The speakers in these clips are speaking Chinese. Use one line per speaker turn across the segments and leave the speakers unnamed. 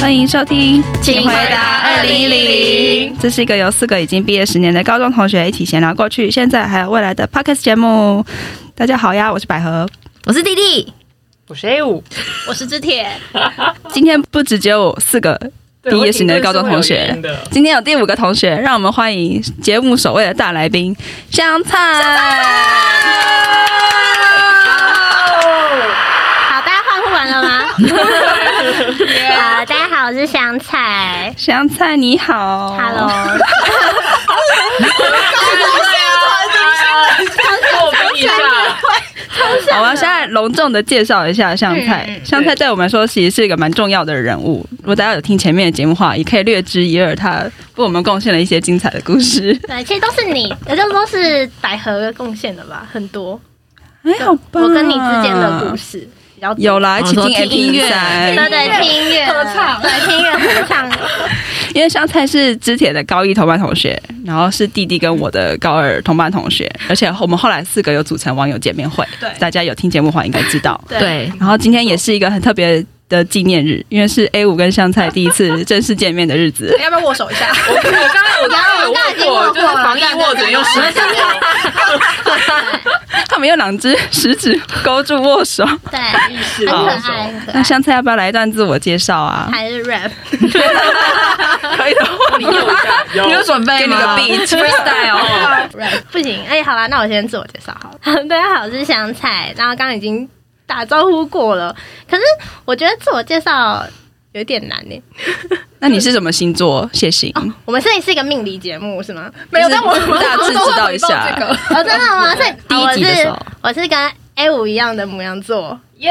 欢迎收听，
请回答2010。
这是一个由四个已经毕业十年的高中同学一起闲聊过去、现在还有未来的 podcast 节目。大家好呀，我是百合。
我是弟弟，
我是 A 五，
我是之铁，
今天不只只有四个
对
毕业十年的高中同学
我挺对是会有原因的
今天有第五个同学，让我们欢迎节目首位的大来宾香菜。
好，大家欢呼完了吗？呃好，大家好，我是香菜。
香菜你好
Hello，
哦破冰一下，
好，我啊要现在隆重的介绍一下香菜。
嗯嗯
香菜对我们来说其实是一个蛮重要的人物。如果大家有听前面的节目的话，也可以略知一二，他为我们贡献了一些精彩的故 事。
对，其实都是你，这都是百合贡献的吧，很多。
还好吧，
啊
我跟你之间的故事比较多
有。啦，一起
哦
进
说听音
MP
乐
对
三，
对，听音乐合唱，对，听音乐合 唱。
因为香菜是知铁的高一同班同学，然后是弟弟跟我的高二同班同学，而且我们后来四个有组成网友见面会，
对
大家有听节目的话应该知道。
对
对，
然后今天也是一个很特别的纪念日，因为是 A 五跟香菜第一次正式见面的日子。
要不要握手一下？我我刚刚我刚刚有握过，就是防疫握着用十指
他们用两只食指勾住握手。
对，很
握
可
握
爱，
手，
很可
那
爱。
香菜要不要来一段自我介绍啊？
还是 rap，
可以的话，
你右一下，
你有
右
准备
给你个
吗？
beat freestyle。
rap 不行。哎，好啦，那我先自我介绍好了。大家好，我是香菜。然后刚刚已经打招呼过了，可是我觉得自我介绍有点难呢。
那你是什么星座？血型？
我们现在是一个命理节目是吗？
没有，但我
就是大致知道一下
我都会回报这个
哦，真的吗？ 所以
第一集的时候
我是我是跟 A 五一样的母羊座，
耶，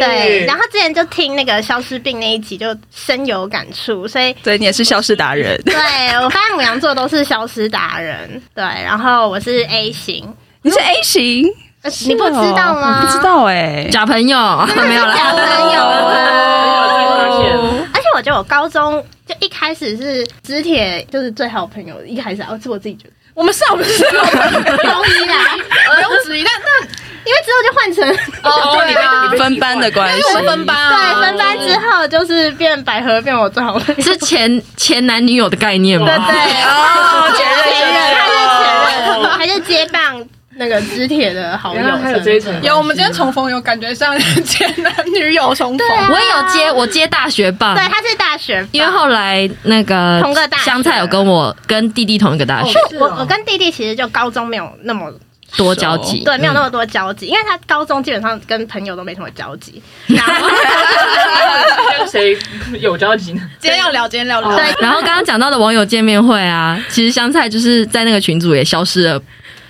对。然后之前就听那个消失病那一集，就深有感触，所以
对，你也是消失达人。
对我发现母羊座都是消失达人。对，然后我是 A 型，
你是 A 型，
呃你不知道吗？
我不 知。道哎。
假朋友没有
假
啦，
朋友
哦
啊！而且我觉得我高中就一开始是直铁，就是最好朋友。一开始啊，是我自己觉得，
我们是啊，我们是啊，
不用质疑 啦，
不用质疑，但但
因为之后就换成
哦，对啊，
分班的关系
因为我们分班啊，
对分班之后就是变百合，变我最好朋友。
是前前男女友的概念吗？
对对。
哦，前任
前
前
任，
任。
他是
哦
前任，他就接棒那个知铁的好友
原来还有这一层，
有，我们今天重逢有感觉像前男女友重逢
对，啊，
我也有接，我接大学棒
对，，他是大学霸，
因为后来那个
同个大学哦
香菜有跟我跟弟弟同一个大学，
就我我跟弟弟其实就高中没有那么
多交集，
对，没有那
么
么多交
嗯
集，因为他高中基本上跟朋友都没什么交 集，然后
跟谁有交集呢？
今天要聊，今天要聊，
对
嗯然后刚刚讲到的网友见面会啊，其实香菜就是在那个群组也消失了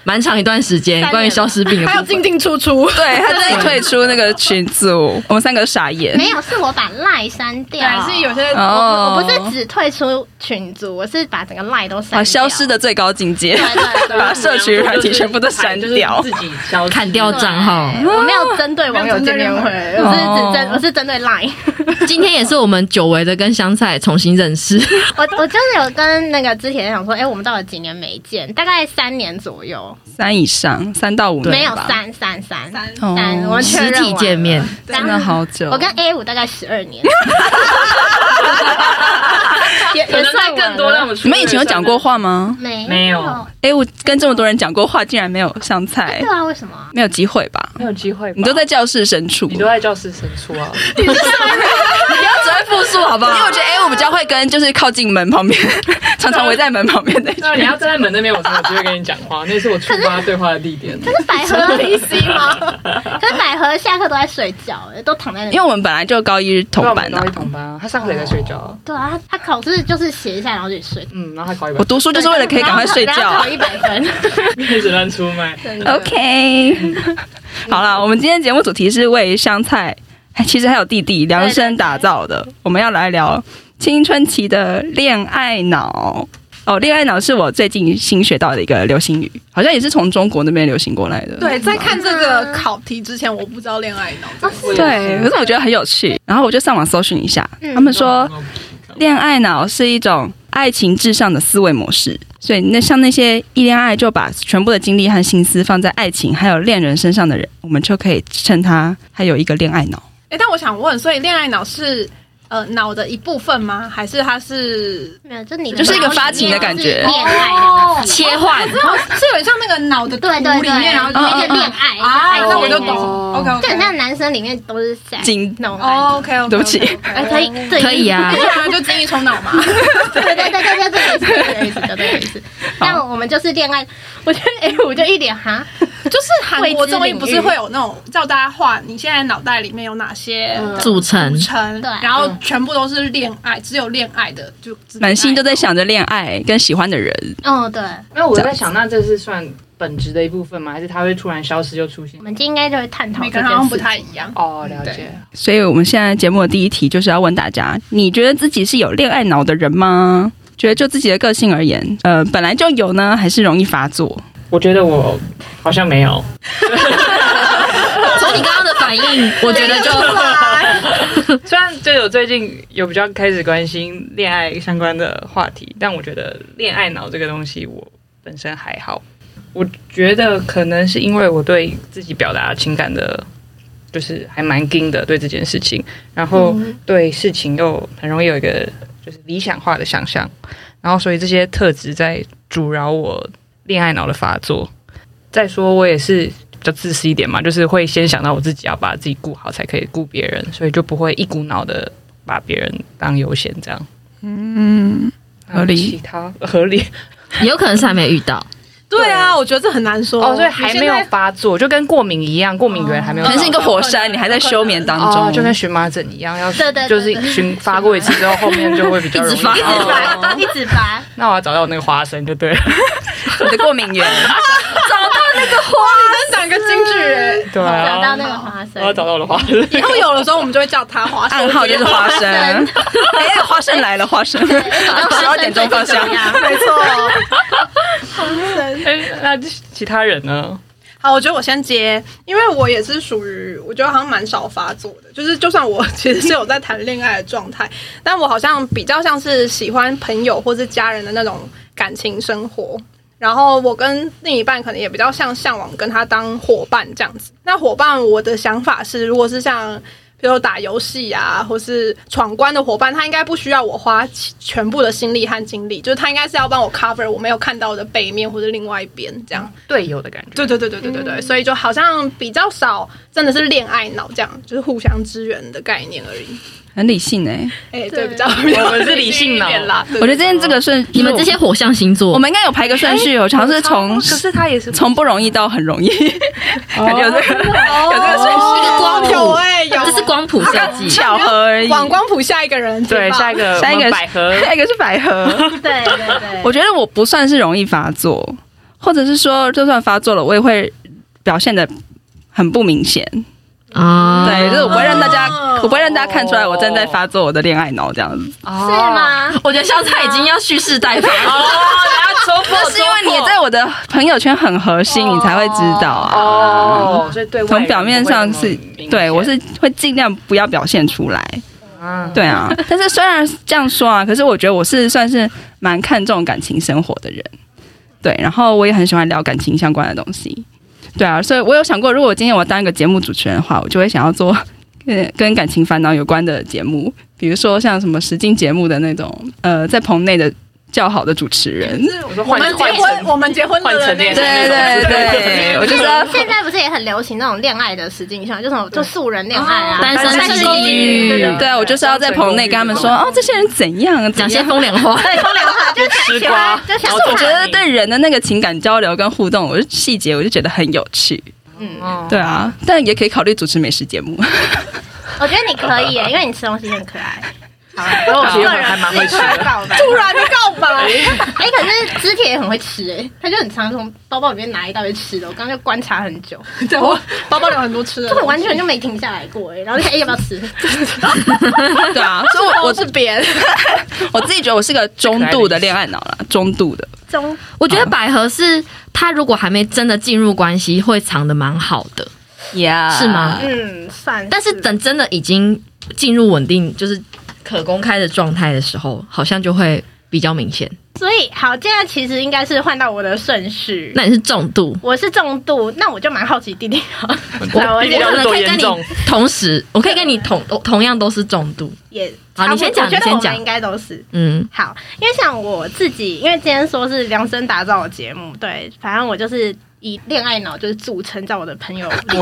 蛮长一段时间，
三年
关于消失病的
还有
部分。
进进出出，
对他自己退出那个群组，我们三个傻眼。
没有是我把赖删掉，
还是有些
哦，
我不是只退出群组，我是把整个赖都删
好
掉，
哦消失的最高境界
对。。对
啊
对，
把社群软体全部都删掉
就是自己消失
砍掉账号，
我没有针对网友见面会，我是只针
哦
我是针对赖。
今天也是我们久违的跟香菜重新认识，
我我就是有跟那个之前想说，哎、我们到底几年没见？大概三年左右，
三以上，三到五年
没有
吧，
三三三
三
哦
三，我们 确
实
认
体
完
见面
了。，
真的好久。
我跟 A 五大概十二年，也
可
也
能在
算
更多让我
了。
们出
你们以前有讲过话吗？
没
没有
哎，我跟这么多人讲过话，竟然没有上菜
对，啊，为什么啊？
没有机会吧？
没有机会吧，
你都在教室深处，
你都在教室深处啊，
不要只会复述好不
因为我？觉得 A 我比较会跟就是靠近门旁 边，常常围在门旁 边的。
那啊你要站在门那边，我才有机会跟你讲话，那是我出发对话的地 点。
可是百合 PC 吗？可是百合下课都在睡觉，都躺在那里。
因为我们本来就高一同班
对啊我
啊
们高一，同班啊，他上课也在睡觉啊，
对啊，他他考试就是写一下然后就睡。
嗯，然后他考一
我
百，
读书就是为了可以赶快睡
然后
觉
考。一百分。
一直乱出卖。
OK，好
嗯
啦，我们今天节目主题是为香菜，哎其实还有弟弟量身打造的。我们要来聊青春期的恋爱脑。哦，恋爱脑是我最近新学到的一个流行语，好像也是从中国那边流行过来的。
对，在看这个考题之前，我不知道恋爱脑这个
我也
对，可
是
是我觉得很有趣。然后我就上网搜寻一下，
嗯
他们说恋爱脑是一种爱情至上的思维模式，所以那像那些一恋爱就把全部的精力和心思放在爱情还有恋人身上的人，我们就可以称他还有一个恋爱脑。
哎，但我想问，所以恋爱脑是呃脑的一部分吗？还是它是
没有，就你的
就是一个发情的感觉
脑里面是恋爱的感觉
切换，
是有点像那个脑的
对对
图里面，然
哦
对，
后就是
一个恋
哎
爱，
啊，
爱情
那我就
的
懂
感觉
，OK
就很
OK，
像男生里面都是 sex
精
那种感觉。
哦 OK OK，
对不起
哎，可以，对，
可以啊
那。当然就精益充脑 嘛，
对对对对对对，对这个意思，对这个意思。但我们就是恋爱，我觉得哎，我就一脸哈，
就是韩国综艺不是会有那种叫大家画你现在脑袋里面有哪些
嗯
组
组成
成，
对
然后全部都是恋爱，只有恋爱的就
满心都在
想。
想着恋爱跟喜欢的人，
哦，对，
那我在想，那这是算本质的一部分吗？还是它会突然消失就出现
我？们今天应该就会探讨
每
这
个
件
人好像
事
不
情。
太一样。
哦，了解。
所以我们现在节目的第一题就是要问大家：你觉得自己是有恋爱脑的人吗？觉得就自己的个性而言，呃，本来就有呢，还是容易发作？
我觉得我好像没有，
从你刚刚的反应，我觉得就
虽然就有最近有比较开始关心恋爱相关的话题，但我觉得恋爱脑这个东西我本身还好。我觉得可能是因为我对自己表达情感的，就是还蛮硬的对这件事情，然后
嗯
对事情又很容易有一个就是理想化的想象，然后所以这些特质在阻挠我恋爱脑的发作。再说我也是比较自私一点嘛，就是会先想到我自己要把自己顾好，才可以顾别人，所以就不会一股脑的把别人当优先这样。
嗯，合理
还有其他 合理
也 有可能是还没遇到，
对啊，我觉得这很难说
哦，所以还没有发作，就跟过敏一样，过敏源还哦没有
哦可
到。
能是一个火山，你还在休眠当中，
哦就跟荨麻疹一样，要
对对对
就是
对
荨发过一次之后，后面就会比较容易
一直 发
一直拔，一直拔，
那我要找到那个花生就对了，
你的过敏源。
长个京 剧人，
对啊，
找到那个花
我
生
要。找到我的花生。
以后有的时候我们就会叫他花生
暗号就是花生， 哎，花生来了，花生，十二点钟放香，
没错。
哎，那其他人呢？
好，我觉得我先接，因为我也是属于，我觉得好像蛮少发作的，就是就算我其实是有在谈恋爱的状态，但我好像比较像是喜欢朋友或是家人的那种感情生活。然后我跟另一半可能也比较像向往跟他当伙伴这样子。那伙伴，我的想法是，如果是像比如打游戏啊，或是闯关的伙伴，他应该不需要我花其全部的心力和精力，就是他应该是要帮我 cover 我没有看到的背面或者另外一边这样。
队友的感觉。
对对对对对对对，所以就好像比较少，真的是恋爱脑这样，就是互相支援的概念而已。
很理性哎、
哎、
对
对，比较
我们是理性脑
一点啦。
我觉得今天这个顺，
你们这些火象星座，
我们应该有排个顺序哦，好像是从
可是他也
哦
是
从不容易到很容易，感觉有这个
有
这个顺
序的光谱
有哎、有
这是光谱设计，
巧合而已。
往光谱下一个人，
对
请吧
下一个
下一个
我
是
们百合，
下一个是百 合，
对对对，
我觉得我不算是容易发作，或者是说就算发作了，我也会表现的很不明显。
啊，
对，就是我不会让大家，
哦
我不会让大家看出来我正在发作我的恋爱脑这样子。
是？吗？
我觉得香菜已经要蓄势待发，
哦，然后戳破，
是因为你也
戳破
在我的朋友圈很核心，你才会知道啊。
哦，所以对外
从表面上是
人不会那么明显
对我是会尽量不要表现出来。
啊
对啊，但是虽然这样说啊，可是我觉得我是算是蛮看重感情生活的人，对，然后我也很喜欢聊感情相关的东西，对啊，所以我有想过，如果今天我当一个节目主持人的话，我就会想要做 跟跟感情烦恼有关的节目，比如说像什么实境节目的那种，呃，在棚内的较好的主持人。
我说
我
换
们结
换
婚，
成
我们结婚
换
的
成
那
恋
个
对对对，我就是要
现在不是也很流行那种恋爱的实境秀，就什么就素人恋爱啊，
哦单身
单
是
身
地狱
对对
对啊，我就是要在棚内跟他们说，哦，这些人怎样
讲
怎
些
样。
风凉话，
对，风凉话，就是
吃
喜
瓜
欢，就想
然后
我
做
觉得对人的那个情感交流跟互动，我就细节我就觉得很有趣。
嗯，
哦
对啊，但也可以考虑主持美食节目。
我觉得你可以耶，因为你吃东西很可爱。
然后我其实还蛮会吃的，
突然的告白，
哎、可是肢体也很会吃哎、他就很常从包包里面拿一大堆吃的，我刚刚就观察很久，
对我包包里有很多吃的
这个，完全就没停下来过哎、然后就哎、要不要 吃？
对 啊，所以我
我
我
是别人，
我自己觉得我是个中度的恋爱脑啦，中度的。
中
我觉得百合是他如果还没真的进入关系，会藏的蛮好的，
Yeah，
是吗？
嗯算，
但是等真的已经进入稳定，就是可公开的状态的时候，好像就会比较明显。
所以好，这样其实应该是换到我的顺序。
那你是重度，
我是重度，那我就蛮好奇弟 弟好了，
我
那我
我
觉
可
得
能可以跟
严
你
重
同时，我可以跟你同同样都是重度。
也
好
差不多
你先讲
我觉
你
得
先
我
讲
们应该都是。
嗯，
好，因为像我自己，因为今天说是量身打造的节目，对，反正我就是以恋爱脑就是著称，在我的朋友 里。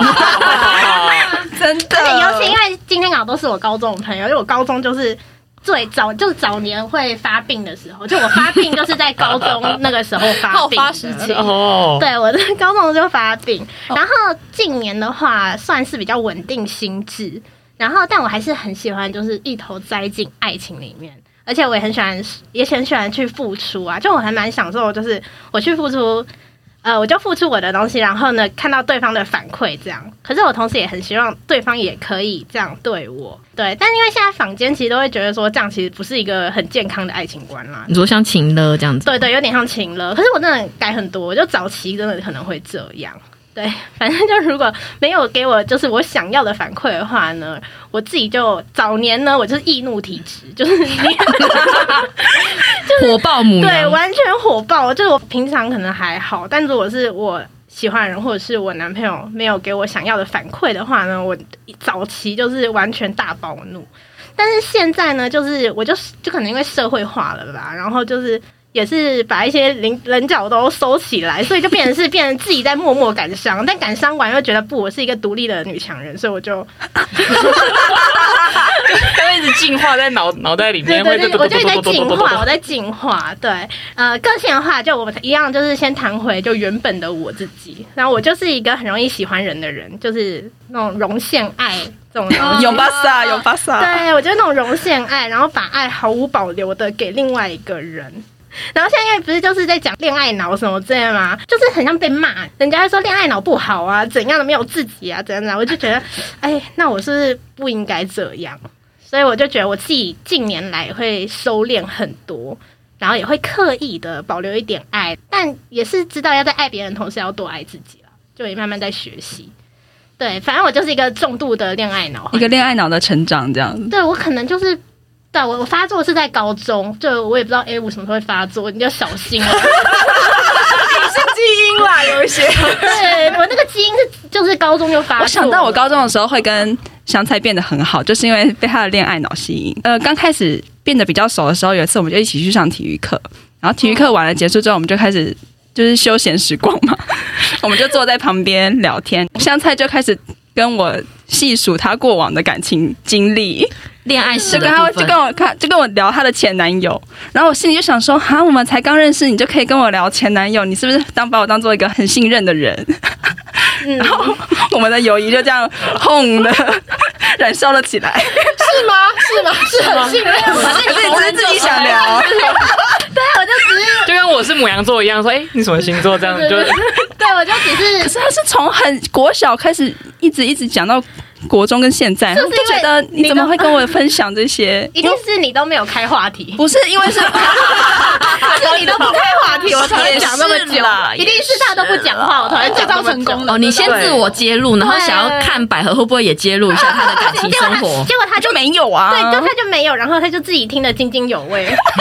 哇，
真
而且尤
的，
其因为今天搞都是我高中的朋友，因为我高中就是最早就是早年会发病的时候，就我发病就是在高 中那个时候发
好
病
发
的
时 期
哦，
对，我在高中就发病，然后近年的话算是比较稳定心智，然后但我还是很喜欢，就是一头栽进爱情里面，而且我也很喜欢，也很喜欢去付出啊，就我还蛮享受，就是我去付出，呃，我就付出我的东西，然后呢，看到对方的反馈这样。可是我同时也很希望对方也可以这样对我，对，但因为现在坊间其实都会觉得说，这样其实不是一个很健康的爱情观啦，
你说像情勒这样子，
对对，有点像情了。可是我真的改很多，我就早期真的可能会这样。对，反正就如果没有给我就是我想要的反馈的话呢，我自己就早年呢，我就是易怒体质，就是 你
火爆母
对
娘，
完全火爆。就是我平常可能还好，但如果是我喜欢的人或者是我男朋友没有给我想要的反馈的话呢，我早期就是完全大暴怒。但是现在呢，就是我就就可能因为社会化了吧，然后就是也是把一些棱棱角都收起来，所以就变成是 变成自己在默默感伤，但感伤完又觉得不，我是一个独立的女强人，所以我就
它一直进化在脑脑袋里
对
面，
对
会
对，我就在进化，我在进化。对，呃，个性的话，就我一样，就是先谈回就原本的我自己。然后我就是一个很容易喜欢人的人，就是那种容现爱这种东西。
永巴萨，永巴萨，
对，我觉得那种容现爱，然后把爱毫无保留的给另外一个人。然后现在因为不是就是在讲恋爱脑什么之类的吗？就是很像被骂，人家会说恋爱脑不好啊，怎样的没有自己啊，怎样的、我就觉得，哎，那我是不是不应该这样？所以我就觉得我自己近年来会收敛很多，然后也会刻意的保留一点爱，但也是知道要在爱别人的同时要多爱自己了，就也慢慢在学习。对，反正我就是一个重度的恋爱脑，
一个恋爱脑的成长这样子。
对我可能就是，对啊我我发作是在高中，就我也不知道 A 五什么时候会发作，你就小心啊了。
基因啦，有一些
对我那个基因是就是高中就发作，
我想到我高中的时候会跟香菜变得很好，就是因为被他的恋爱脑吸引。呃，刚开始变得比较熟的时候，有一次我们就一起去上体育课，然后体育课完了结束之后，我们就开始就是休闲时光嘛， 我们就坐在旁边聊天，香菜就开始跟我细数她过往的感情经历。
恋爱史
就
的
跟他
部
就
分
跟。我看就跟我聊她的前男友，然后我心里就想说，哈，我们才刚认识你就可以跟我聊前男友，你是不是当把我当做一个很信任的人？
嗯，
然后我们的友谊就这样轰的 燃烧了起来。
是吗？是吗？是很信任吗？
可是你只是自己想聊，
我就只是
就跟我是母羊座一样，说哎，你什么星座？这样
对
就
对对，对我就只是
可是他是从很国小开始一直一直讲到国中跟现在，
是
我
不
就是觉得
因为
你怎么会跟我分享这些？
一定是你都没有开话题，
不是因为是，
是你都不开话题，我才会讲 那么
也是啦
久，一定是他都不讲话，我才会
这
讲那
招
么久
成功了。
哦，你先自我揭露，然后想要看百合会不会也揭露一下她的感情
结果
生
他，
活。
结果他
他
就
就。没有啊。
对，就他就没有，然后他就自己听得津津有味，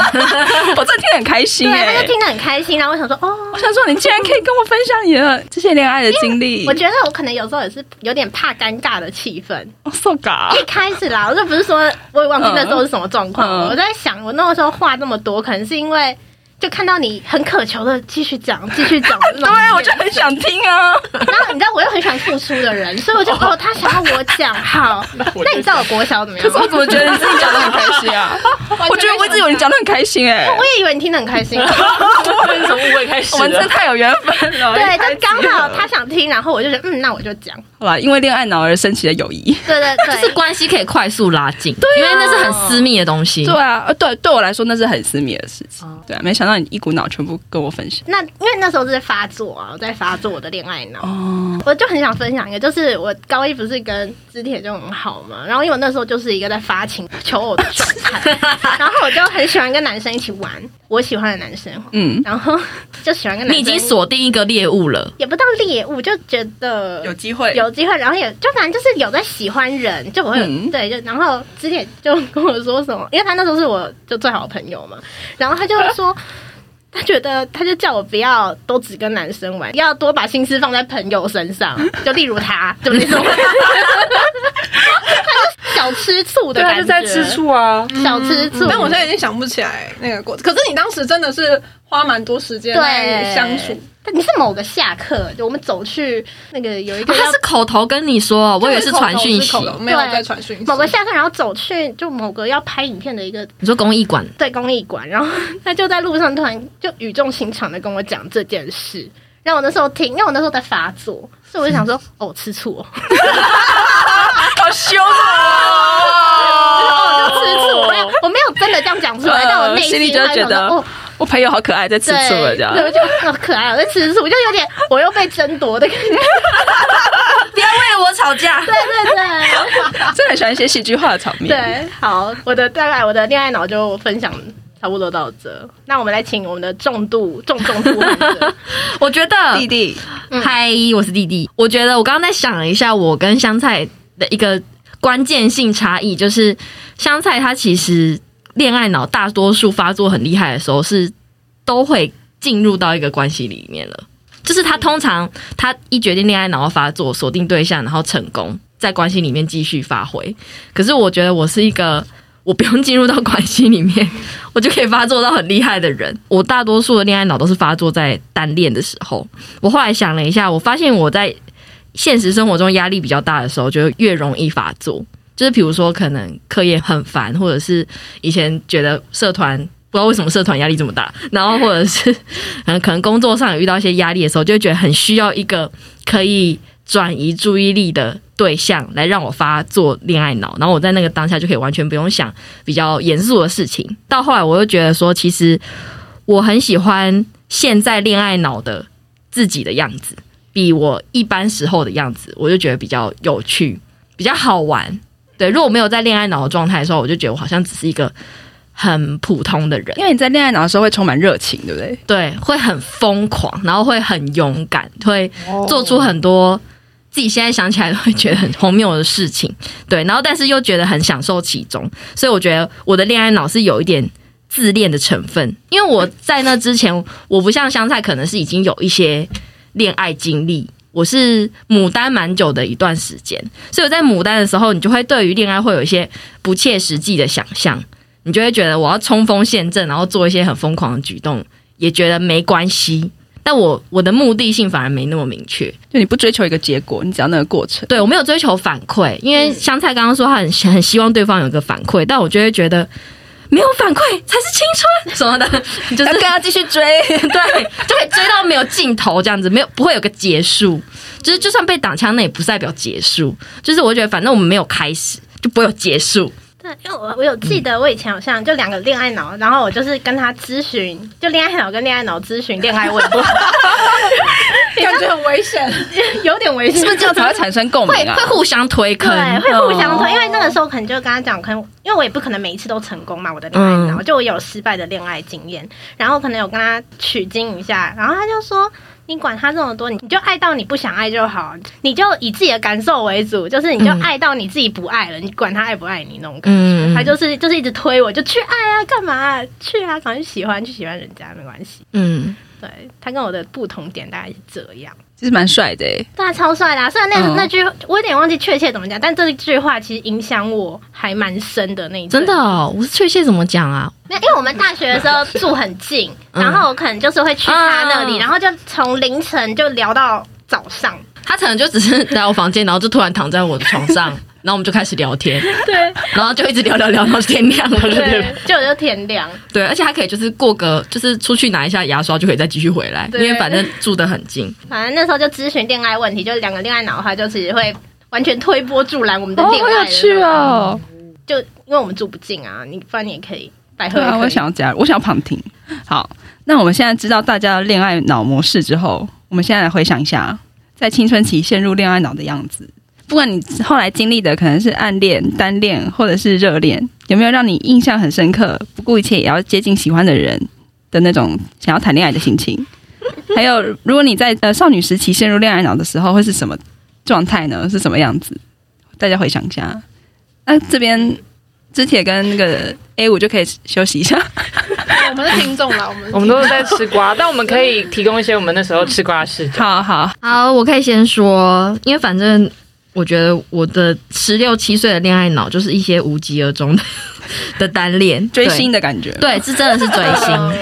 我这天很开心
对，
哎、
他就听得很开心，然后我想说，哦，
我想说，你竟然可以跟我分享你的这些恋爱的经历，
我觉得我可能有时候也是有点怕尴尬的气氛。
我受嘎。
一开始啦，我就不是说我也忘记那时候是什么状况了。
嗯
我在想，我那个时候话这么多，可能是因为就看到你很渴求的继续 讲，继续讲。对
对啊，我就很想听啊。
然后你知道我又很喜欢付出的人，所以我就哦，他想要我讲， 好。那你知道我国小怎么
可
样
是我
吗？
怎么觉得你自己讲的很开心啊？ 我觉得我一直以为你讲的很开心哎、
我也以为你听得很开心，
是从误会开 始
我们真的
的。
太有缘分了。一开啊
对，
始
就刚好他想听，然后我就觉得嗯，那我就讲，
好吧，因为恋爱脑而升起的友谊。
对对 对，
就是关系可以快速拉近，对、因为那是很私密的东西。
对啊，呃，对，对我来说那是很私密的事情。对啊，没想想到你一股脑全部跟我分享。
那因为那时候是在发作啊，我在发作我的恋爱脑。
哦，
我就很想分享一个，就是我高一不是跟肢铁就很好嘛，然后因为我那时候就是一个在发情求偶的状态， 然后我就很喜欢跟男生一起玩，我喜欢的男生，
嗯，
然后就喜欢跟男
你
生，
已经锁定一个猎物了，
也不到猎物，就觉得
有机会，
有机会，然后也就反正就是有在喜欢人，就我会有、
嗯
对，就然后之前就跟我说什么，因为他那时候是我就最好的朋友嘛，然后他就说。 他觉得，他就叫我不要都只跟男生玩，要多把心思放在朋友身上，就例如他，就那种，他就小吃醋的
对啊，
感觉，
就在吃，醋啊。
小吃醋。
但我现在已经想不起来那个过程。可是你当时真的是花蛮多时间在
对
相处，，
但你是某个下课，就我们走去那个有一个
啊
要
他是口头跟你说哦，我以为是传讯
就是
息
口。头没有
对
在传讯息。
某个下课，然后走去就某个要拍影片的一个
你说公益馆
在公益馆，然后 他就在路上突然就语重心长的跟我讲这件事，然后我那时候听，因为我那时候在发作，所以我就想说，
嗯
哦，吃醋、哦，
好凶哦！
哦，就吃醋，我没有，我没有真的这样讲出来，
呃
但我内
心里就
还是
觉得
想说哦，
我朋友好可爱，在吃
对，
醋了这样
对，。我就好可爱，我在吃醋，我就有点我又被争夺的感 觉，
不要为了我吵架。
对对对
真的很喜欢一些戏剧化的场面。，
对，好，我的大概我的恋爱脑就分享差不多到这，那我们来请我们的重度重重度患者，
我觉得
弟弟，
嗯
嗨，我是弟弟。我觉得我刚刚在想了一下，我跟香菜的一个关键性差异，就是香菜她其实恋爱脑大多数发作很厉害的时候，是都会进入到一个关系里面了。就是她通常她一决定恋爱脑要发作，锁定对象，然后成功在关系里面继续发挥。可是我觉得我是一个。我不用进入到关系里面，我就可以发作到很厉害的人。我大多数的恋爱脑都是发作在单恋的时候，我后来想了一下，我发现我在现实生活中压力比较大的时候，就会越容易发作。就是比如说，可能课业很烦，或者是以前觉得社团不知道为什么社团压力这么大，然后或者是嗯，可能工作上有遇到一些压力的时候，就会觉得很需要一个可以转移注意力的对象来让我发作恋爱脑，然后我在那个当下就可以完全不用想比较严肃的事情。到后来，我又觉得说，其实我很喜欢现在恋爱脑的自己的样子，比我一般时候的样子，我就觉得比较有趣，比较好玩。对，如果没有在恋爱脑的状态的时候，我就觉得我好像只是一个很普通的人，
因为你在恋爱脑的时候会充满热情，对不对？
对，会很疯狂，然后会很勇敢，会做出很多自己现在想起来都会觉得很荒谬的事情，对，然后但是又觉得很享受其中，所以我觉得我的恋爱脑是有一点自恋的成分，因为我在那之前，我不像香菜，可能是已经有一些恋爱经历。我是牡丹蛮久的一段时间，所以我在牡丹的时候，你就会对于恋爱会有一些不切实际的想象，你就会觉得我要冲锋陷阵，然后做一些很疯狂的举动，也觉得没关系。但我我的目的性反而没那么明确，
就你不追求一个结果，你只要那个过程。
对我没有追求反馈，因
嗯
为香菜刚刚说她很很希望对方有一个反馈，但我就会觉得没有反馈才是青春什 么的，就
要
是
跟他继续追，
对，就可以追到没有尽头这样子，没有不会有个结束。就是就算被挡枪，那也不是代表结束。就是我觉得反正我们没有开始，就不会有结束。
对，因为我我有记得我以前好像就两个恋爱脑，然后我就是跟他咨询，就恋爱脑跟恋爱脑咨询恋爱问题，
感觉很危险。
有点危
是
险
不。是这样才会产生共
会
鸣啊
会？互相推坑，
对，会互相推，
哦
因为那个时候可能就跟他讲，可能因为我也不可能每一次都成功嘛，我的恋爱
嗯
脑，就我有失败的恋爱经验，然后可能有跟他取经一下，然后他就说。你管他这么多，你你就爱到你不想爱就好，你就以自己的感受为主，就是你就
嗯
爱到你自己不爱了，你管他爱不爱你那种感觉。
嗯，
他就是就是一直推我，就去爱啊，干嘛啊、去啊，反正喜欢去喜欢人家没关系。
嗯，
对他跟我的不同点大概是这样，
其实蛮帅的欸诶。
对啊，超帅的、啊。虽然那、
嗯
那句我有点忘记确切怎么讲，但这句话其实影响我还蛮深的那一阵
真的、哦，我是确切怎么讲啊？
没有，因为我们大学的时候住很近，
嗯
然后我可能就是会去他那里，
嗯
然后就从凌晨就聊到早上。
他可能就只是来我房间，然后就突然躺在我的床 上，然后我们就开始聊天，
对
然后就一直聊聊聊到天亮了。
对，就就天亮。
对，而且还可以就是过个，就是出去拿一下牙刷就可以再继续回来，因
对
为反正住得很近。
反正那时候就咨询恋爱问题，就两个恋爱脑的话，就其实会完全推波助澜我们的
哦，
恋
好
爱。
有趣！哦！
就因为我们住不近啊，你不然你也可以百合
对
也可以。
啊，我想要加入，我想要旁听。好，那我们现在知道大家的恋爱脑模式之后，我们现在来回想一下，在青春期陷入恋爱脑的样子。不管你后来经历的可能是暗恋、单恋或者是热恋，有没有让你印象很深刻、不顾一切也要接近喜欢的人的那种想要谈恋爱的 心情？还有，如果你在呃少女时期陷入恋爱脑的时候，会是什么状态呢？是什么样子？大家回想一下。那、这边知铁跟那个 A 五就可以休息一下。
我们是听众啦，我们
我们都是在吃瓜，但我们可以提供一些我们那时候吃瓜的视角。
好好，
好，我可以先说，因为反正我觉得我的十六七岁的恋爱脑就是一些无疾而终的 的单恋
追星，的感觉。
对，对是真的是追星。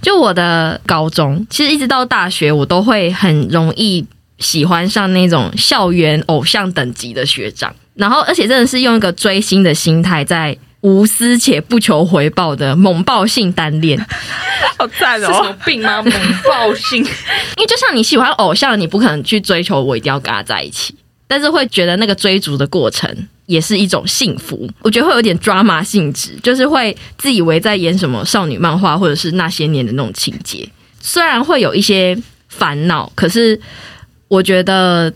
就我的高中，其实一直到大学，我都会很容易喜欢上那种校园偶像等级的学长，然后而且真的是用一个追星的心态在。无私且不求回报的猛爆性单恋，
好赞
是什么！病吗？猛暴性，
因为就像你喜欢偶像，你不可能去追求我一定要跟他在一起，但是会觉得那个追逐的过程也是一种幸福。我觉得会有点 drama 性质，就是会自以为在演什么少女漫画或者是那些年的那种情节。虽然会有一些烦恼，可是我觉得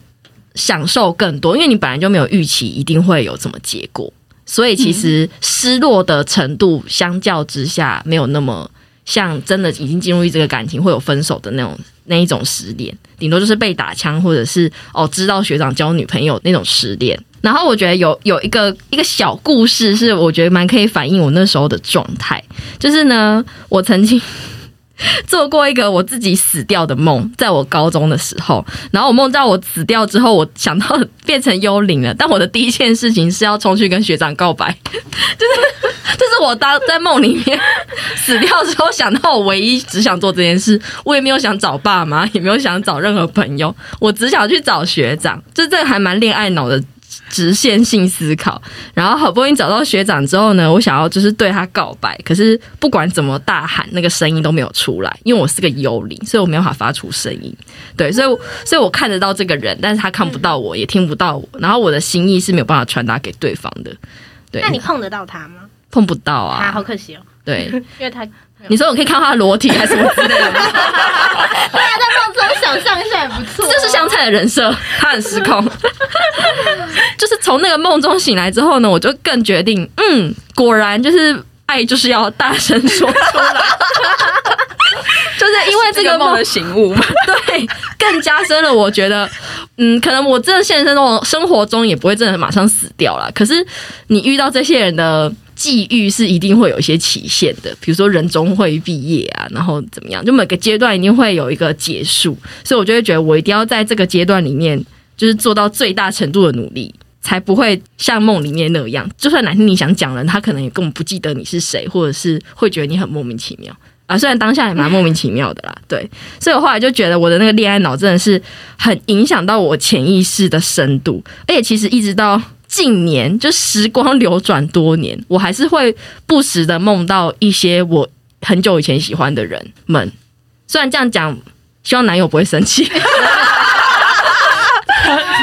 享受更多，因为你本来就没有预期一定会有什么结果，所以其实失落的程度相较之下没有那么像真的已经进入这个感情会有分手的那种那一种失恋，顶多就是被打枪或者是哦知道学长交女朋友那种失恋。然后我觉得有有一个一个小故事是我觉得蛮可以反映我那时候的状态，就是呢，我曾经 做过一个我自己死掉的梦，在我高中的时候，然后我梦到我死掉之后，我想到变成幽灵了，但我的第一件事情是要冲去跟学长告白，就是这是我当在梦里面死掉之后想到我唯一只想做这件事，我也没有想找爸妈，也没有想找任何朋友，我只想去找学长，就这个还蛮恋爱脑的。直线性思考，然后好不容易找到学长之后呢，我想要就是对他告白，可是不管怎么大喊，那个声音都没有出来，因为我是个幽灵，所以我没有办法发出声音。对，所以我所以我看得到这个人，但是他看不到我，也听不到我，然后我的心意是没有办法传达给对方的。对，
那你碰得到他吗？
碰不到
啊，
啊
好？可惜哦，
对，
因为他对
你说我可以看到他的裸体还是什么之类的吗？
啊，在梦中想象一下也不错，啊
这是香菜的人设，他很失控。就是从那个梦中醒来之后呢，我就更决定，嗯，果然就是爱就是要大声说出来。 就是因为这个梦
的醒悟 嘛，
对，更加深了我觉得，嗯，可能我真的现实生活生活中也不会真的马上死掉啦。可是你遇到这些人的际遇是一定会有一些期限的，比如说人中会毕业啊，然后怎么样，就每个阶段一定会有一个结束，所以我就会觉得我一定要在这个阶段里面，就是做到最大程度的努力。才不会像梦里面那样，就算哪天你想讲了，他可能也根本不记得你是谁，或者是会觉得你很莫名其妙啊。虽然当下也蛮莫名其妙的啦，对，所以我后来就觉得我的那个恋爱脑真的是很影响到我潜意识的深度，而且其实一直到近年，就时光流转多年，我还是会不时的梦到一些我很久以前喜欢的人们。虽然这样讲，希望男友不会生气。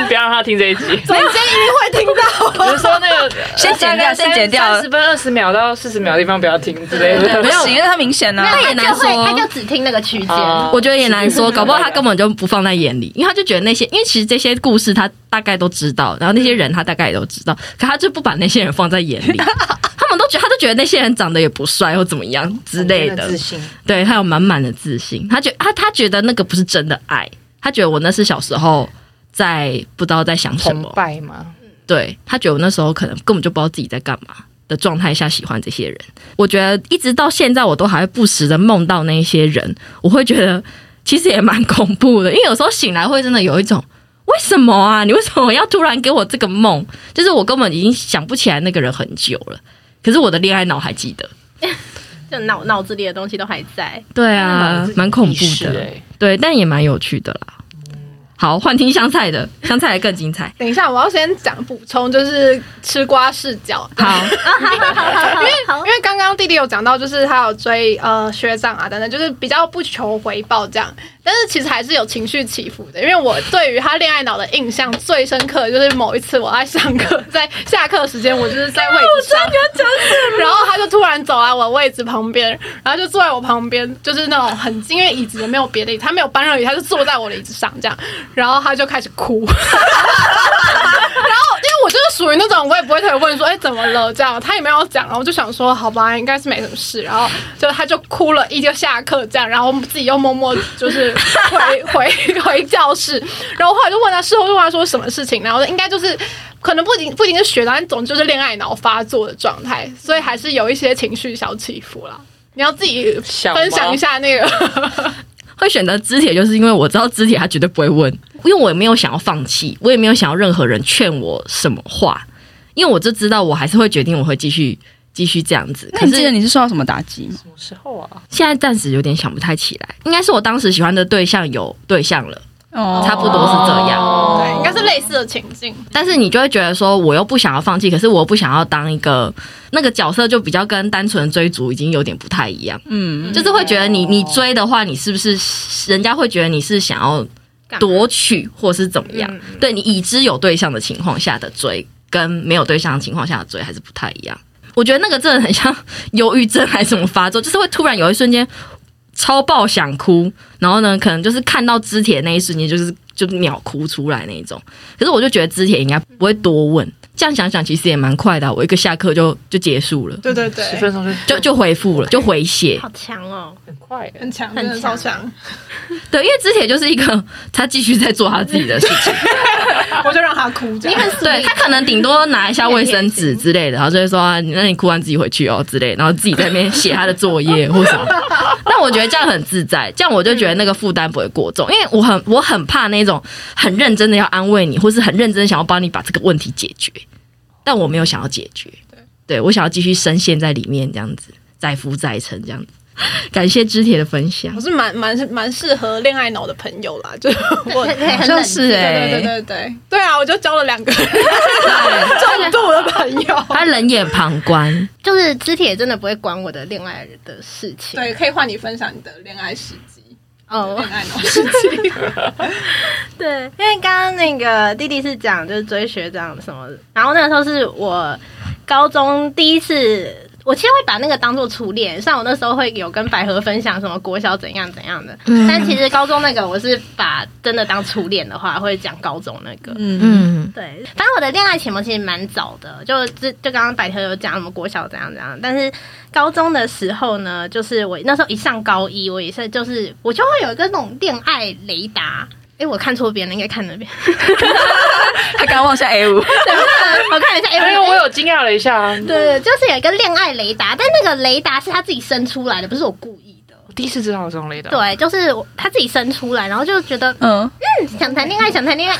不要让他听这一集。
总监一定会听到。
我是说那个
先剪掉先剪掉
三十分二十秒到四十秒的地方不要听之类的。
没有，因为他明显
没
啊
有，，
那也
他
难
就会
说
他就只听那个区间，
啊
我觉得也难说，搞不好他根本就不放在眼里，因为他就觉得那些，因为其实这些故事他大概都知道，然后那些人他大概也都知道，可他就不把那些人放在眼里，他们都觉得他就觉得那些人长得也不帅或怎么样之类
真
的
自，信，
对他有满满的自信，他觉他他觉得那个不是真的爱，他觉得我那是小时候在不知道在想什
崇
么，
拜吗？
对他觉得我那时候可能根本就不知道自己在干嘛的状态下喜欢这些人。我觉得一直到现在，我都还会不时的梦到那些人，我会觉得其实也蛮恐怖的，因为有时候醒来会真的有一种。为什么啊？你为什么要突然给我这个梦？就是我根本已经想不起来那个人很久了，可是我的恋爱脑还记得。
就脑脑子里的东西都还在。
对啊，蛮恐怖
意识
的，
欸
对，但也蛮有趣的啦。好，换听香菜的，香菜的更精彩。
等一下，我要先讲补充，就是吃瓜视角。
好，
因为
因为刚刚弟弟有讲到，就是他有追呃学长啊等等，就是比较不求回报这样。但是其实还是有情绪起伏的，因为我对于他恋爱脑的印象最深刻的就是某一次我在上课，在下课时间，我就是在位置上，然后他就突然走来我位置旁边，然后就坐在我旁边，就是那种很近，因为椅子也没有别的椅子，他没有搬热椅，他就坐在我的椅子上这样，然后他就开始哭。然后哦因为我就是属于那种，我也不会特别问说，哎、怎么了这样，他也没有讲，然后我就想说，好吧，应该是没什么事，然后就他就哭了，一就下课这样，然后我们自己又默默就是回回回教室，然后后来就问他事后就问他说什么事情，然后应该就是。可能不仅不仅是学到，但总之就是恋爱脑发作的状态，所以还是有一些情绪小起伏啦。你要自己
小
分享一下那个，
会选择肢体，就是因为我知道肢体他绝对不会问，因为我也没有想要放弃，我也没有想要任何人劝我什么话，因为我就知道我还是会决定我会继续继续这样子。
那
可
你记得
是
你是受到什么打击吗？
什么时候啊？
现在暂时有点想不太起来，应该是我当时喜欢的对象有对象了，
哦
差不多是这样。
对，应该是类似的情境。
但是你就会觉得说，我又不想要放弃，可是我又不想要当一个那个角色，就比较跟单纯追逐已经有点不太一样，
嗯，
就是会觉得你你追的话，你是不是人家会觉得你是想要夺取或是怎么样？
嗯
对你已知有对象的情况下的追，跟没有对象的情况下的追还是不太一样。我觉得那个真的很像忧郁症还是什么发作，就是会突然有一瞬间超爆想哭，然后呢，可能就是看到肢体的那一瞬间，就是就秒哭出来那一种。可是我就觉得肢体应该不会多问，这样想想其实也蛮快的啊、我一个下课就就结束了，
对对对，
十分钟就
就就回复了，就回血。
好强哦！
很快耶，
很强，真的超强。
对，因为肢体就是一个他继续在做他自己的事情。
我就让他哭这
你
样。
很属
对
于
他可能顶多拿一下卫生纸之类的，然后就会说、啊、那你哭完自己回去哦之类，然后自己在那边写他的作业或 什么。但我觉得这样很自在，这样我就觉得那个负担不会过重，因为我很我很怕那种很认真的要安慰你，或是很认真地想要帮你把这个问题解决，但我没有想要解决，对我想要继续深陷在里面这样子，载浮载沉这样子。 感谢知铁的分享
我，是蛮蛮蛮适合恋爱脑的朋友啦， 就是我，对
很很
好
很
像
冷
是
静
哎、
对对对对啊，我就交了两个
对
重度的朋友，
他冷眼旁观，
就是肢体也真的不会管我的恋爱的事情。
对，可以换你分享你的恋爱事迹，
哦
恋，爱脑事迹，
对，因为刚刚那个弟弟是讲就是追学长什么的，然后那个时候是我高中第一次，我其实会把那个当做初恋，像我那时候会有跟百合分享什么国小怎样怎样的，但其实高中那个我是把真的当初恋的话，会讲高中那个。
嗯，
嗯，
对，反正我的恋爱启蒙其实蛮早的，就就就刚刚百合有讲什么国小怎样怎样，但是高中的时候呢，就是我那时候一上高一，我也是就是我就会有一个那种恋爱雷达。哎，我看错边了，应该看 那边。
他刚刚望向 A 五，
对我看了一下，哎，
因为我有惊讶了一下啊，
对，就是有一个恋爱雷达，但那个雷达是他自己生出来的，不是我故意的。
我第一次知道有这种雷达，，
对，就是我他自己生出来，然后就觉得
嗯，
想谈恋爱，想谈 恋爱。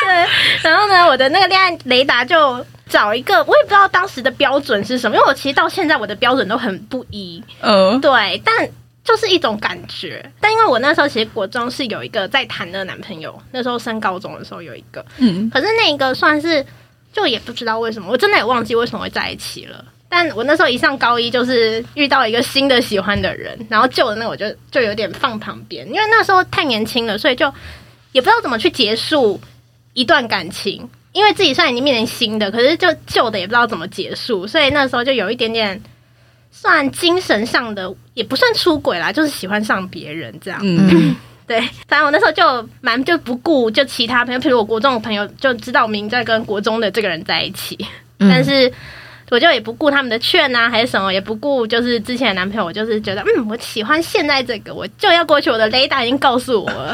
对，然后呢，我的那个恋爱雷达就找一个，我也不知道当时的标准是什么，因为我其实到现在我的标准都很不一。
呃，
对，但就是一种感觉。但因为我那时候其实国中是有一个在谈的男朋友，那时候升高中的时候有一个，
嗯，
可是那个算是就也不知道为什么，我真的也忘记为什么会在一起了。但我那时候一上高一，就是遇到一个新的喜欢的人，然后旧的那个我就就有点放旁边，因为那时候太年轻了，所以就也不知道怎么去结束一段感情，因为自己虽然已经面临新的，可是就旧的也不知道怎么结束，所以那时候就有一点点算精神上的，也不算出轨啦，就是喜欢上别人这样。
嗯，
对，反正我那时候就蛮就不顾就其他朋友，譬如我国中的朋友就知道我明明在跟国中的这个人在一起，但是我就也不顾他们的劝啊，还是什么，也不顾就是之前的男朋友，我就是觉得嗯，我喜欢现在这个，我就要过去，我的雷达已经告诉我了，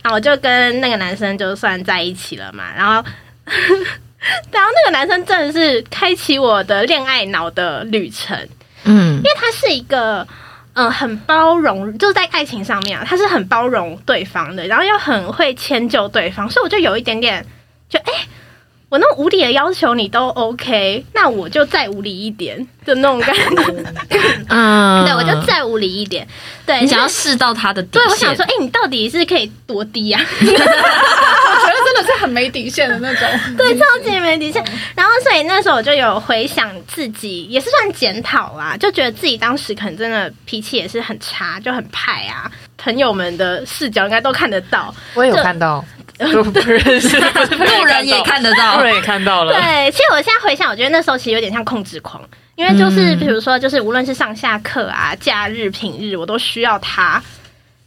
然后我就跟那个男生就算在一起了嘛，然后。 然后那个男生真的是开启我的恋爱脑的旅程，
嗯
因为他是一个嗯、呃很包容，就是在爱情上面啊，他是很包容对方的，然后又很会迁就对方，所以我就有一点点就哎、我那种无理的要求你都 OK，那我就再无理一点的那 种感觉，
嗯
对我就再无理一点，对，
你哎想要
就是。
试到他的底
对，
线。
我想说，哎、你到底是可以多低啊？
我觉得真的是是很没底线的那种。
对，哎超级没底线。然后，所以那时候我就有回想自己，也是算检讨啦，就觉得自己当时可能真的脾气也是很差，就很派啊。朋友们的视角应该都看得到，
我也有
就
看到，就不认识，不是
路人也看得到
路。人也看到
嗯
了。
对，其实我现在回想，我觉得那时候其实有点像控制狂，因为就是
嗯
比如说，就是无论是上下课啊、假日、平日，我都需要他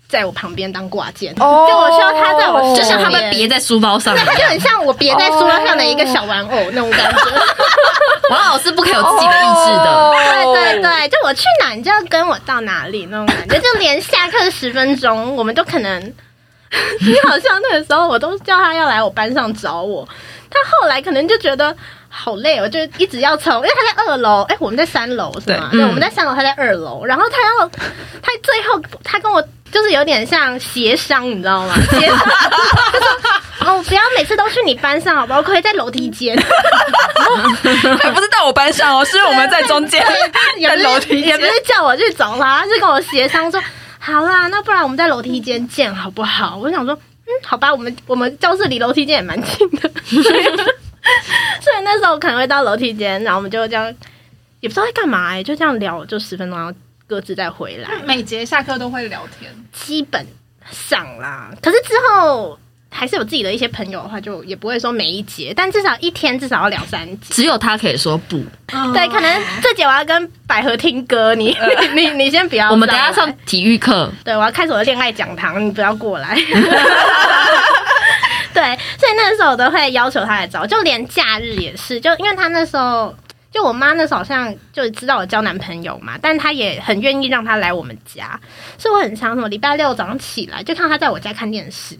在我旁边当挂件，
哦
就我需要他在我身边，
就像他们别在书包上，
对，他就很像我别在书包上的一个小玩偶那种感觉。
王老师不可以有自己的意志的。
对对对，就我去哪，你就要跟我到哪里那种感觉，就连下课十分钟，我们都可能， 你好像那个时候我都叫他要来我班上找我，他后来可能就觉得。好累哦，我就一直要从，因为他在二楼，哎、我们在三楼是吗？
对
对，
嗯
我们在三楼，他在二楼，然后他要，他最后他跟我就是有点像协商，你知道吗？协商， 他说哦，不要每次都去你班上好吧，我可以在楼梯间。
还不是到我班上哦，是我们在中间。
也不
在楼
是
梯间
也不是叫我去找他，他是跟我协商说，好啦，那不然我们在楼梯间见好不好？我想说，嗯，好吧，我们我们教室离楼梯间也蛮近的， 所以那时候可能会到楼梯间，然后我们就这样，也不知道在干嘛、欸，就这样聊，就十分钟，然后各自再回来，
每节下课都会聊天，
基本上啦。可是之后。还是有自己的一些朋友的话，就也不会说每一节，但至少一天至少要聊三节。
只有他可以说不。
嗯
对，可能这节我要跟百合听歌，你你你先不要来。
呃我们等一下上体育课，
对，我要开始我的恋爱讲堂，你不要过来。对，所以那时候我都会要求他来找我，就连假日也是，就因为他那时候，就我妈那时候好像就知道我交男朋友嘛，但她也很愿意让他来我们家，所以我很常什么礼拜六早上起来就看到他在我家看电视，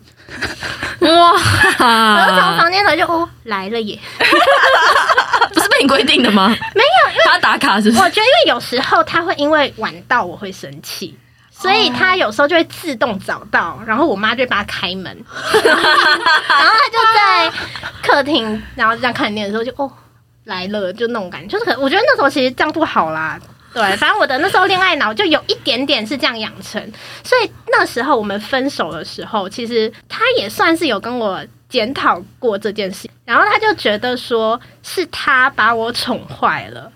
然后从
哇，
房间来就哦来了耶，
不是被你规定的吗？没有，他打卡是不
我
是？
觉得因为有时候他会因为晚到我会生气。所以他有时候就会自动找到，然后我妈就会帮他开 门，然后他就在客厅，然后这样看电视的时候就哦来了，就那种感觉，就是可我觉得那时候其实这样不好啦。对，反正我的那时候恋爱脑就有一点点是这样养成，所以那时候我们分手的时候，其实他也算是有跟我检讨过这件事，然后他就觉得说是他把我宠坏了。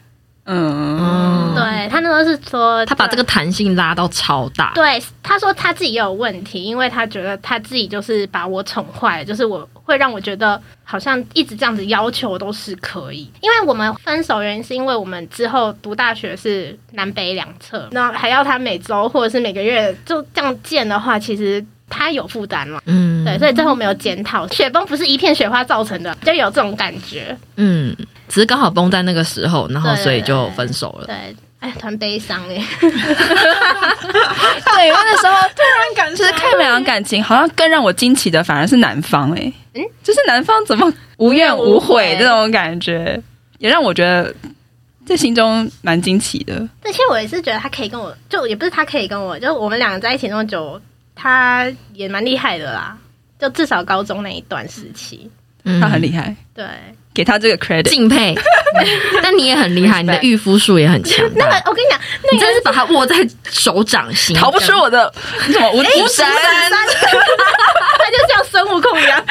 嗯，
嗯，
对他那时候是说，
他把这个弹性拉到超大。
对他说他自己也有问题，因为他觉得他自己就是把我宠坏了，就是我会让我觉得好像一直这样子要求都是可以。因为我们分手原因是因为我们之后读大学是南北两侧，那还要他每周或者是每个月就这样见的话，其实他有负担嘛。
嗯，
对，所以最后没有检讨，雪崩不是一片雪花造成的，就有这种感觉。
嗯，只是刚好崩在那个时候，然后
对
所以就分手了。
对，哎，突然悲伤哎。
对，因为那时候
突然感
就是看不了感情，好像更让我惊奇的反而是男方哎、
嗯
就是男方怎么无怨
无怨无
无悔
悔
这种感觉，也让我觉得在心中蛮惊奇的。
对，其实我也是觉得他可以跟我，就也不是他可以跟我，就我们两个在一起那么久，他也蛮厉害的啦。就至少高中那一段时期，
嗯
他很厉害，
对，
给他这个 credit。
敬佩。但你也很厉害，你的
Respect
御夫术也很强大。
那个我跟你讲，
你真的是把它握在手掌心，
逃不出我的你怎么无无神？
哎 他就像孙悟空一样，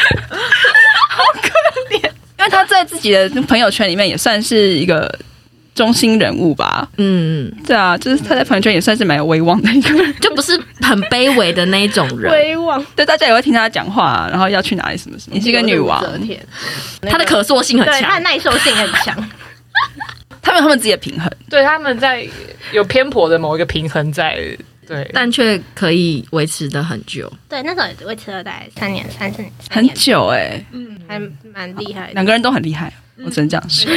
因为他在自己的朋友圈里面也算是一个中心人物吧。
嗯，
对啊，就是他在朋友圈也算是蛮有威望的一个人，
就不是很卑微的那一种 人。
威望，
对大家也会听他讲话，啊然后要去哪里什么什么，也是一个女王
武。则天
他的可塑性很
对他的
强，
耐受性很强，
他们有他们自己的平衡，
对，他们在有偏颇的某一个平衡在。对，
但却可以维持的很久。
对，那时候也维持了大概三年、三四年，三
很
年
久哎、
还蛮厉害的
两。个人都很厉害，我只能这样说。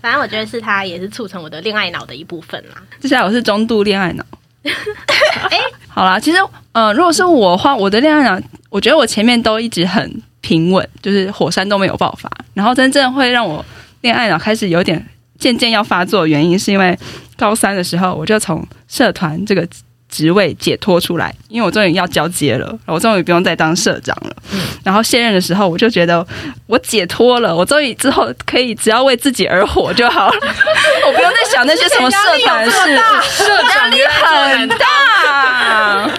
反正我觉得是他也是促成我的恋爱脑的一部分啦。
接下来我是中度恋爱脑。
哎
好啦，其实呃，如果是我的话，我的恋爱脑，我觉得我前面都一直很平稳，就是火山都没有爆发。然后真正会让我恋爱脑开始有点渐渐要发作的原因，是因为高三的时候我就从社团这个职位解脱出来，因为我终于要交接了，我终于不用再当社长了。然后卸任的时候，我就觉得我解脱了，我终于之后可以只要为自己而活就好了，我不用再想那些什么社团的事。
社长
很大，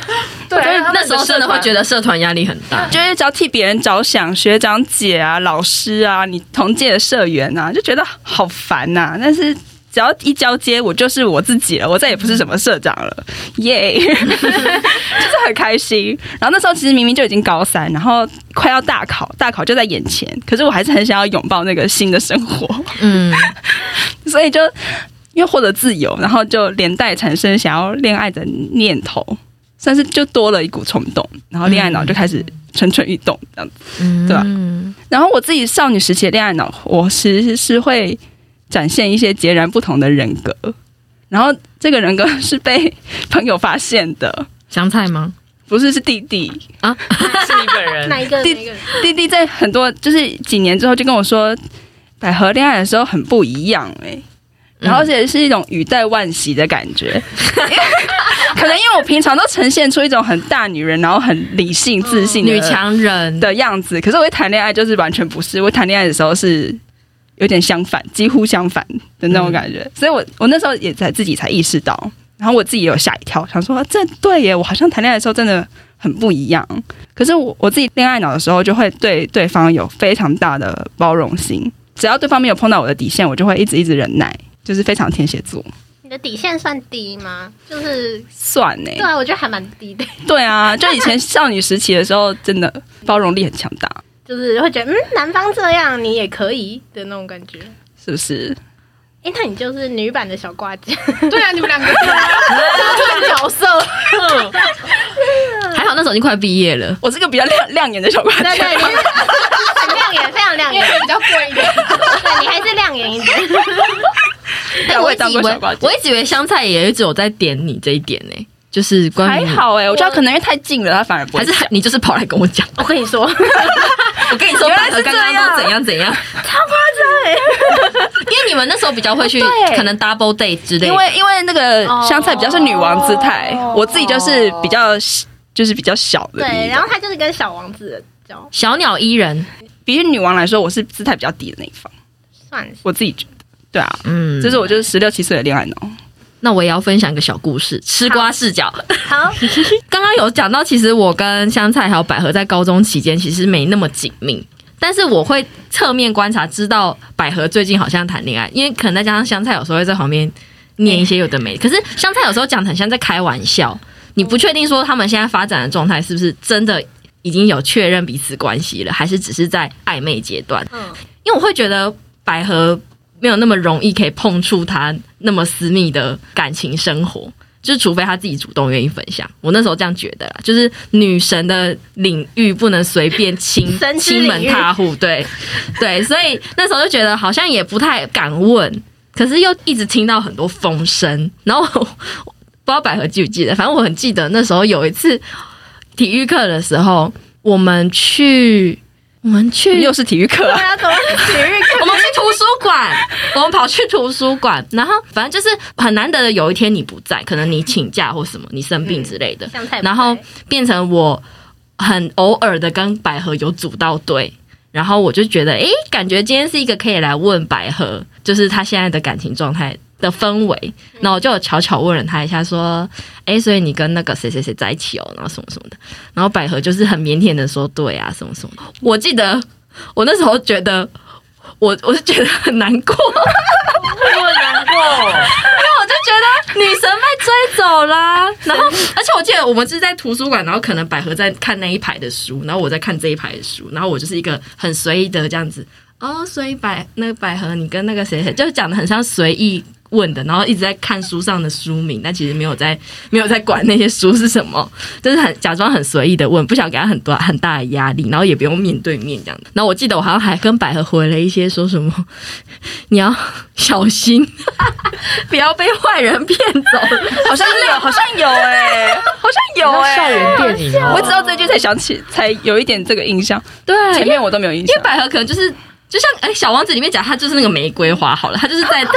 对，
那那时候真的会觉
得
得社团压力很大。
就是只要替别人着想，学长姐啊、老师啊、你同届的社员啊，就觉得好烦呐、但是只要一交接，我就是我自己了，我再也不是什么社长了， 耶、就是很开心。然后那时候其实明明就已经高三，然后快要大考，大考就在眼前，可是我还是很想要拥抱那个新的生活，
嗯，
所以就因为获得自由，然后就连带产生想要恋爱的念头，算是就多了一股冲动，然后恋爱脑就开始蠢蠢欲动这样子。对啊
嗯，
然后我自己少女时期的恋爱脑，我其实是会展现一些截然不同的人格，然后这个人格是被朋友发现的，
香菜吗？
不是是弟弟。
是你本人
哪一个？哪
第
一个？
弟弟在很多就是几年之后就跟我说，百合恋爱的时候很不一样哎、然后而且是一种语带惋惜的感觉，
嗯
可能因为我平常都呈现出一种很大女人，然后很理性自信的
女强人，
的样子，可是我一谈恋爱就是完全不是。我谈恋爱的时候是有点相反，几乎相反的那种感觉，所以我我那时候也才自己才意识到，然后我自己也有吓一跳，想说啊这对耶，我好像谈恋爱的时候真的很不一样。可是我我自己恋爱脑的时候，就会对对方有非常大的包容心，只要对方没有碰到我的底线，我就会一直一直忍耐，就是非常天蝎座，
你的底线算低吗？就是
算呢
对，啊，我觉得还蛮低的，
对啊，就以前少女时期的时候，真的包容力很强大，
就是会觉得嗯，男方这样你也可以的那种感觉。
是不是？
哎、那你就是女版的小挂机，
对啊，你们两个是啊
角色，
还好那时候已经快毕业了。
我是个比较亮亮眼的小瓜
对
姐，
对，你是很亮眼，非常亮
因
眼
为，比较贵一点。
对你还是亮眼一点。
对我
哎我
也
一直
当
以
过
为
小瓜，姐
我。一直以为香菜也只有在点你这一点呢，就是关
还
于，
好哎、我觉得可能因为太近了，他反而不
还
会
是你就是跑来跟我讲，
我跟你说，
我跟你说，
原来
百
是
合刚刚都
这
怎样怎样，超夸 张哎！因为你们那时候比较会去
哦对，
可能 double date 之类的，
因为因为那个香菜比较是女王姿态，
哦
我自己就是比较就是比较小的那一
对，
种，
然后他就是跟小王子的交
小鸟依人，
比起女王来说，我是姿态比较低的那一方，
算是。
我自己觉得。对啊，
嗯，
这是我就是十六七岁的恋爱脑，
那我也要分享一个小故事，吃瓜视角。
好，
刚刚有讲到，其实我跟香菜还有百合在高中期间其实没那么紧密，但是我会侧面观察，知道百合最近好像谈恋爱，因为可能再加上香菜有时候会在旁边念一些有的没，可是香菜有时候讲得很像在开玩笑，你不确定说他们现在发展的状态是不是真的已经有确认彼此关系了，还是只是在暧昧阶段。
嗯，
因为我会觉得百合没有那么容易可以碰触她那么私密的感情生活，就是除非她自己主动愿意分享。我那时候这样觉得啦，就是女神的领域不能随便亲
神之
亲
领域
门踏户，对对，所以那时候就觉得好像也不太敢问，可是又一直听到很多风声，然后我。不知道百合记不记得，反正我很记得那时候有一次体育课的时候，我们去我们去
又是体育 课、
对
啊，
啊， 怎么是体育课？
我们去图书馆， 我们跑去图书馆，然后反正就是很难得的有一天你不在，可能你请假或什么，你生病之类的，
香菜不在，
然后变成我很偶尔的跟百合有组到队，然后我就觉得，诶，感觉今天是一个可以来问百合，就是她现在的感情状态的氛围。然后我就有悄悄问了她一下，说，诶，所以你跟那个谁谁谁在一起哦，然后什么什么的。然后百合就是很腼腆的说，对啊，什么什么的。我记得我那时候觉得。我我就觉得很难过，
我难过，
我就觉得女神被追走啦。然后，而且我记得我们是在图书馆，然后可能百合在看那一排的书，然后我在看这一排的书，然后我就是一个很随意的这样子。哦，所以百那个百合，你跟那个谁谁，就是讲的很像随意问的，然后一直在看书上的书名，但其实没有在没有在管那些书是什么， 就是很假装很随意的问，不想给他很多很大的压力，然后也不用面对面这样子。然后我记得我好像还跟百合回了一些说什么， 你要小心，不要被坏人骗走。
好像有，好像有哎、 好像有哎、
校园电影哦
我直到这句才想起，才有一点这个印象，
对，
前面我都没有印
因
象
为。百合可能就是就像哎、小王子》里面讲，他就是那个玫瑰花好了，他就是在罩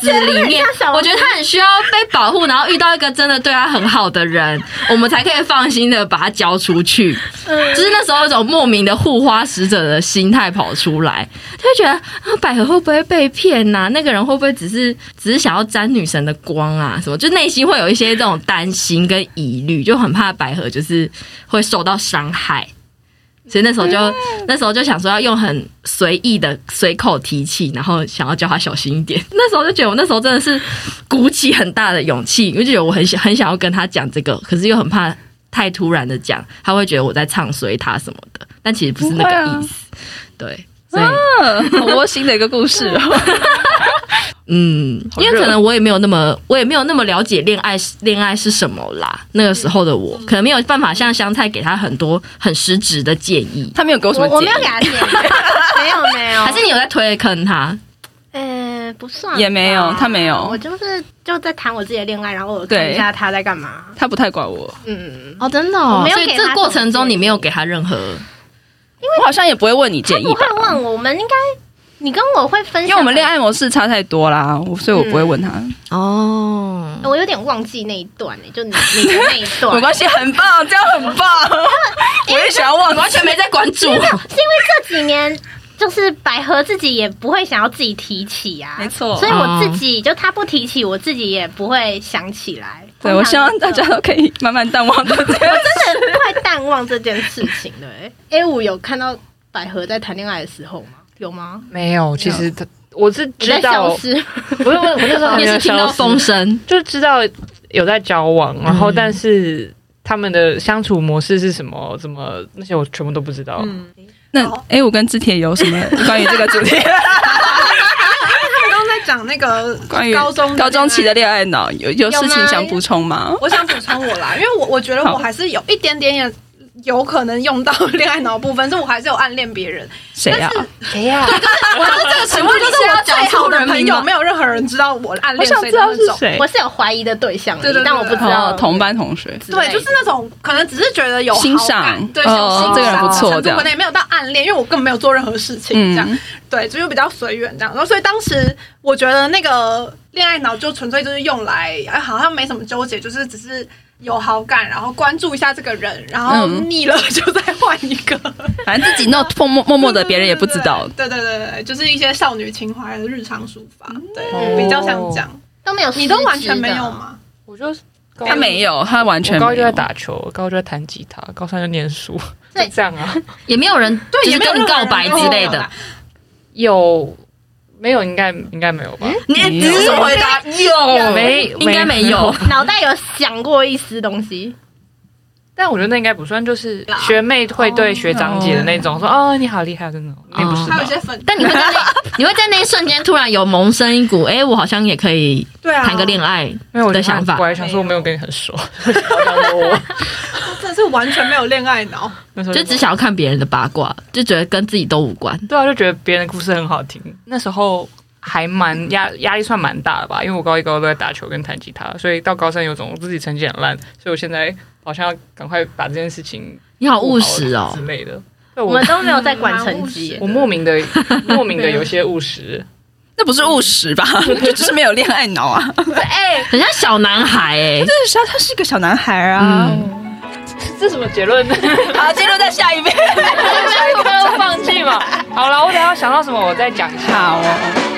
子里面
像小，王
我
子
觉得他很需要被保护，然后遇到一个真的对他很好的人，我们才可以放心的把他交出去。
嗯
就是那时候有一种莫名的护花使者的心态跑出来，就会觉得啊，百合会不会被骗呐、那个人会不会只是只是想要沾女神的光啊？什么？就内心会有一些这种担心跟疑虑，就很怕百合就是会受到伤害。所以那时候就、那时候就想说要用很随意的随口提起，然后想要叫他小心一点。 那时候就觉得我那时候真的是鼓起很大的勇气，因为就觉得我很想很想要跟他讲这个，可是又很怕太突然的讲，他会觉得我在唱衰他什么的，但其实不是那个意思。对，所以
嗯，好窝心的一个故事哦。
嗯，
好热
因为可能我也没有那么，我也没有那么了解恋爱恋爱是什么啦。那个时候的我，可能没有办法像香菜给他很多很实质的建议，
他没有给我什么
我
建议，
我没有给 他建议，没有没有，
还是你有在推坑他？
呃不算吧，
也没有他没有
我就是就在谈我自己的恋爱，然后我看
对
一下他在干嘛，
他不太管我，
嗯，
哦，真的、
我没有
所以
给他
这个过
什么
程中
建议
你没有给他任何
我好像也不会问你
他
建
不
议吧
会，问我我们，应该你跟我会分享，
因为我们恋爱模式差太多啦，我所以我不会问他，
哦。
我有点忘记那一段呢、就你你的那一 段，
没关系，很棒，这样很棒，我也想要忘，
完全没在关注，
是因为这几年就是百合自己也不会想要自己提起呀、
没错
所以我
啊
自己、就他不提起，我自己也不会想起来。
对我希望大家都可以慢慢淡忘掉这件事。
真的快淡忘这件事情了、欸。A 五有看到百合在谈恋爱的时候吗？有吗？
没有，其实他我是
你
知
在
道
消，失，
不是我我那时候还没
也
有
是听到
消失
风声，
就知道有在交往，然后
嗯
但是他们的相处模式是什么，怎么那些我全部都不知道。
嗯，
那哎，我跟之铁有什么关于这个主题？
他们刚刚在讲那个
关于
高中
高中期的
恋
恋爱脑，有有事情想补充吗
爱，？我想补充我啦，因为我我觉得
好
我还是有一点点也有可能用到 恋爱脑部分，是我还是有暗恋别人，
谁啊呀？
谁呀？
我是这个请问
就是我最好的朋友，没有任何人知道我暗
我
恋
想
谁
知
的
道是
那种。
谁
我。是有怀疑的对象而已
对对对
但我不知道
哦，同班同学，
之类
对，
的
就是那种可能只是觉得有好
欣
感
赏
对，
哦
有欣赏
这个人不错这
程度
样
可能也没有到暗恋，因为我根本没有做任何事情，这样、
嗯，
对，就是比较随缘这样。然后所以当时我觉得那个恋爱脑就纯粹就是用来，哎，好像没什么纠结，就是只是有好感，然后关注一下这个人，然后
嗯
腻了就再换一个，
反正自己弄默默默默的，别人也不知道。
对。对对对对，就是一些少女情怀的日常抒发，
嗯
对，比较想讲。
都没有，
你都完全没有？吗？
我就
他没有，他完全
我高
没
一就在
有。
打球，高一就在弹吉他，高三就念书，就
对
这样啊。
也没有人
对，
就
也
是
没有
跟你
任何
告
人
白
跟我
之类
表
的
白。
有没有？应该应该没有吧？
你只
只
是
是
回
回答有
没
嗯哎应该没有。
脑袋有想过一丝东西，
但我觉得那应该不算，就是
啊
学妹会对学长姐的那种说：“哦，你好厉害！”这种，那不是
还有
吧
一？些粉，
但你会在 那，你会在那一瞬间突然有萌生一股，哎、我好像也可以
对啊，
谈个恋爱
因为我
的想法
我。还想说我没有跟你很熟，我
真的是完全没有恋爱脑。
那时候
就只想要看别人的八卦，就觉得跟自己都无关。
对啊，就觉得别人的故事很好听。那时候还蛮压压力算蛮大的吧，因为我高一高二都在打球跟弹吉他，所以到高三有种自己成绩很烂，所以我现在好像要赶快把这件事情
你好务实哦
之，类的。对
我
我
们都没有在管成绩
嗯。
我莫名的莫名的有些务实，
那不是务实吧？ 就只是没有恋爱脑啊。
哎，
很像小男孩哎、
这是他，他是一个小男孩啊。
嗯
这什么结论？
好，进入到下一遍。
下一个要放弃嘛？好了，我等一下想到什么我再讲一下。
好哦，